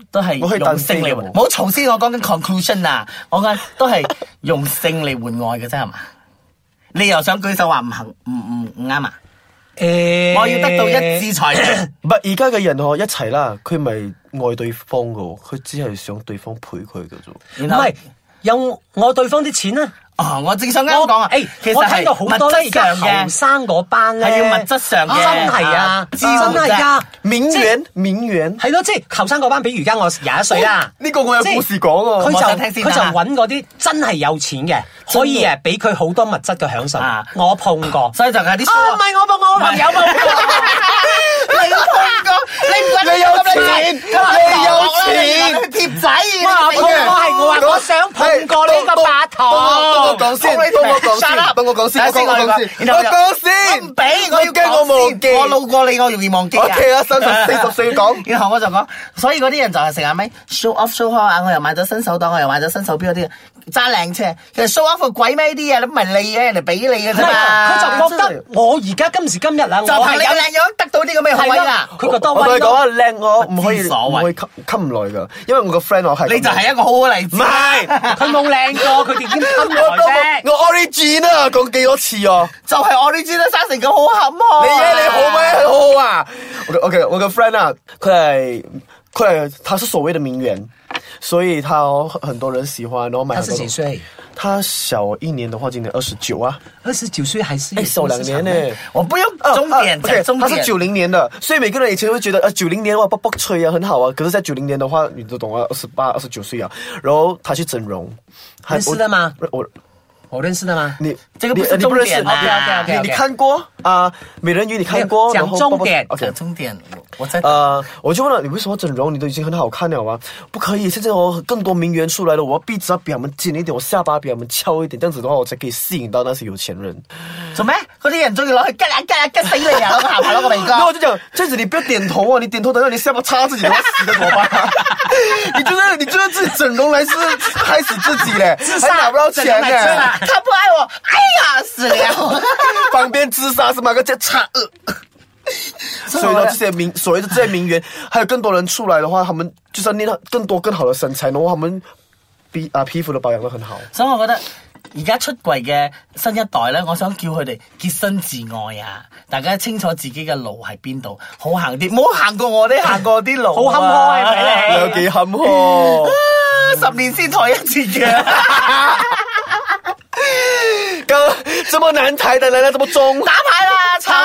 Speaker 3: 都係
Speaker 4: 我可以
Speaker 3: 用性嚟換，
Speaker 4: 等先
Speaker 3: 唔好嘈先。我講緊 conclusion 啊，我講緊都係用性嚟換愛嘅啫，係嘛？你又想舉手話唔行，唔唔唔啱啊！
Speaker 5: 誒
Speaker 3: 我要得到一致裁決。
Speaker 4: 唔係而家嘅人我一齊啦，佢咪愛對方噶，佢只係想對方陪佢噶啫。
Speaker 5: 唔
Speaker 3: 然後
Speaker 5: 係有我對方啲錢啊！
Speaker 3: 哦，我正想啱講啊，
Speaker 5: 誒，
Speaker 3: 其
Speaker 5: 我
Speaker 3: 實
Speaker 5: 睇
Speaker 3: 係
Speaker 5: 到好多咧，
Speaker 3: 物
Speaker 5: 而
Speaker 3: 質
Speaker 5: 家
Speaker 3: 上
Speaker 5: 後
Speaker 3: 嘅。
Speaker 5: 生嗰班咧
Speaker 3: 係要物質上嘅
Speaker 5: 真係啊
Speaker 3: 啊，
Speaker 5: 真係噶，
Speaker 4: 名媛，名媛，哦
Speaker 5: 係咯，即係後生嗰班，比如而家我廿一歲啦。
Speaker 4: 呢個我有故事
Speaker 5: 佢
Speaker 4: 講啊！
Speaker 5: 就
Speaker 3: 我想聽先
Speaker 5: 佢就
Speaker 3: 啊
Speaker 5: 揾嗰啲真係有錢嘅，可以誒俾佢好多物質嘅享受
Speaker 3: 啊。
Speaker 5: 我碰過，
Speaker 3: 所以就係啲
Speaker 5: 啊唔係我碰過，我朋友碰
Speaker 3: 你都碰過，你唔怪得
Speaker 4: 你有
Speaker 3: 咁靚仔
Speaker 4: 錢
Speaker 3: 咁啊
Speaker 4: 你有
Speaker 3: 落落啦
Speaker 4: 錢
Speaker 3: 你貼仔，
Speaker 5: 哇
Speaker 3: 你
Speaker 5: 我
Speaker 3: 俾佢
Speaker 5: 我係我話我想碰過呢個八筒
Speaker 4: 等我講先，等我講先
Speaker 3: Shut，up
Speaker 4: 等我講先，
Speaker 3: 等
Speaker 4: 等我講先，
Speaker 3: 然後
Speaker 4: 我
Speaker 3: 就
Speaker 4: 講先。
Speaker 3: 我唔俾，我要
Speaker 4: 驚我忘
Speaker 3: 講
Speaker 4: 記
Speaker 3: 先，我路過你，我容易忘記啊
Speaker 4: OK 啦，三十四十 歲講
Speaker 3: 然後我就講，所以嗰啲人就係成日咪 show off show À, off 啊！我又買咗新手袋，我又買咗新手錶嗰啲，揸靚車。其實 show off 個鬼咩呢啲嘢？你唔係你嘅，人哋俾你嘅啫嘛。
Speaker 5: 佢就覺得我而家今時今日啊，
Speaker 3: 就
Speaker 5: 我
Speaker 3: 憑
Speaker 5: 係
Speaker 3: 你
Speaker 5: 有
Speaker 3: 嘅靚樣得到啲咁嘅你好威啦
Speaker 5: 係咯佢覺得
Speaker 4: 我同
Speaker 5: 威
Speaker 4: 你講
Speaker 5: 咯。
Speaker 4: 啊，靚我唔可以
Speaker 3: 知所謂
Speaker 4: 唔可以吸吸唔耐㗎，因為我個 friend 我係
Speaker 3: 你就係一個好好嘅例
Speaker 4: 唔
Speaker 3: 子。
Speaker 4: 係
Speaker 5: 佢冇靚過，佢點兼襟
Speaker 4: 我
Speaker 5: 來 啫？
Speaker 4: 我 origin 啊，講幾多次啊？
Speaker 3: 就係我呢支都生成咁好坎坷啊。
Speaker 4: 你耶你好 咩？很好啊！我我我个 friend 啊，佢係佢係他是所謂的名媛，所以他哦很多人喜歡，然後買
Speaker 5: 他
Speaker 4: 很
Speaker 5: 是
Speaker 4: 多
Speaker 5: 幾
Speaker 4: 東西。
Speaker 5: 歲？
Speaker 4: 他小我一年的話，今年二十九啊，
Speaker 5: 二十九歲還是
Speaker 4: 哎，小兩年呢、
Speaker 3: 我不用
Speaker 4: 啊
Speaker 3: 终点，
Speaker 4: 啊，OK，
Speaker 3: 讲终
Speaker 4: 他
Speaker 3: 点。
Speaker 4: 是九零年的，所以每个人以前会觉得，呃，九零年哇，卜卜吹啊，很好啊。可是，在九零年的话，你都懂啊，二十八、二十九岁啊。然后他去整容，还
Speaker 5: 认识的吗？
Speaker 4: 我我
Speaker 5: 我認識啊的嗎？
Speaker 4: 你
Speaker 3: 这个不
Speaker 4: 你
Speaker 3: 是
Speaker 4: 呃你不
Speaker 3: 重
Speaker 4: 认识
Speaker 3: 点啊
Speaker 5: ，OK，OK，OK
Speaker 4: 你你看过啊？美人鱼你看过？
Speaker 5: 没有
Speaker 4: 然后
Speaker 5: 讲
Speaker 4: 卜
Speaker 5: 重
Speaker 4: 卜
Speaker 5: 点
Speaker 4: ，OK
Speaker 3: 讲。终点，我我在
Speaker 4: 呃，我就问了你为什么整容？你都已经很好看了啊，不可以！现在我更多名媛出来了，我要鼻子要比他们尖一点，我下巴比他们翘一点，这样子的话，我才可以吸引到那些有钱人。
Speaker 3: 做咩？嗰啲人中意攞去吉啊吉啊吉死你啊！攞個下巴攞個鼻
Speaker 4: 然
Speaker 3: 哥
Speaker 4: 后 我。就讲，这样子你不要点头哦，你点头等下你下巴插自己，我死了怎么办、 你就算你就算自己整容来是害死自己嘞，还拿不 到钱
Speaker 5: 整容来自
Speaker 4: 嘞
Speaker 5: 杀，
Speaker 3: 他不爱我，哎呀死 了！
Speaker 4: 方便自杀是吗？个叫插呃。 所以呢，这些名所谓的这些名媛，还有更多人出来的话，他们就是要练到更多更好的身材，然后他们皮啊皮肤都保养得很好。
Speaker 3: 所以我覺得而家出櫃嘅新一代咧，我想叫佢哋潔身自愛啊！大家清楚自己嘅路喺邊度，好行啲，唔好行過我啲行過啲路、啊
Speaker 5: 好坎 坷
Speaker 4: 啊
Speaker 5: 係咪
Speaker 4: 你有哦幾坎 坷？
Speaker 3: 坷，十年先抬一次嘅。
Speaker 4: 刚这么难抬的，来了这么重，
Speaker 3: 打牌啦，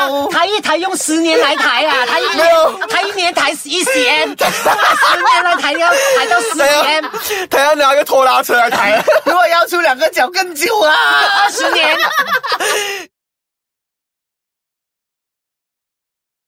Speaker 3: 臭！
Speaker 5: 他一台用十年来台啊，他一
Speaker 4: 没有
Speaker 5: 年他一年台一 cm，十年来台要台到十
Speaker 4: 他要
Speaker 5: cm，
Speaker 4: 他要拿个拖拉车来抬。
Speaker 3: 如果要出兩個腳跟住啊！
Speaker 5: 二十年，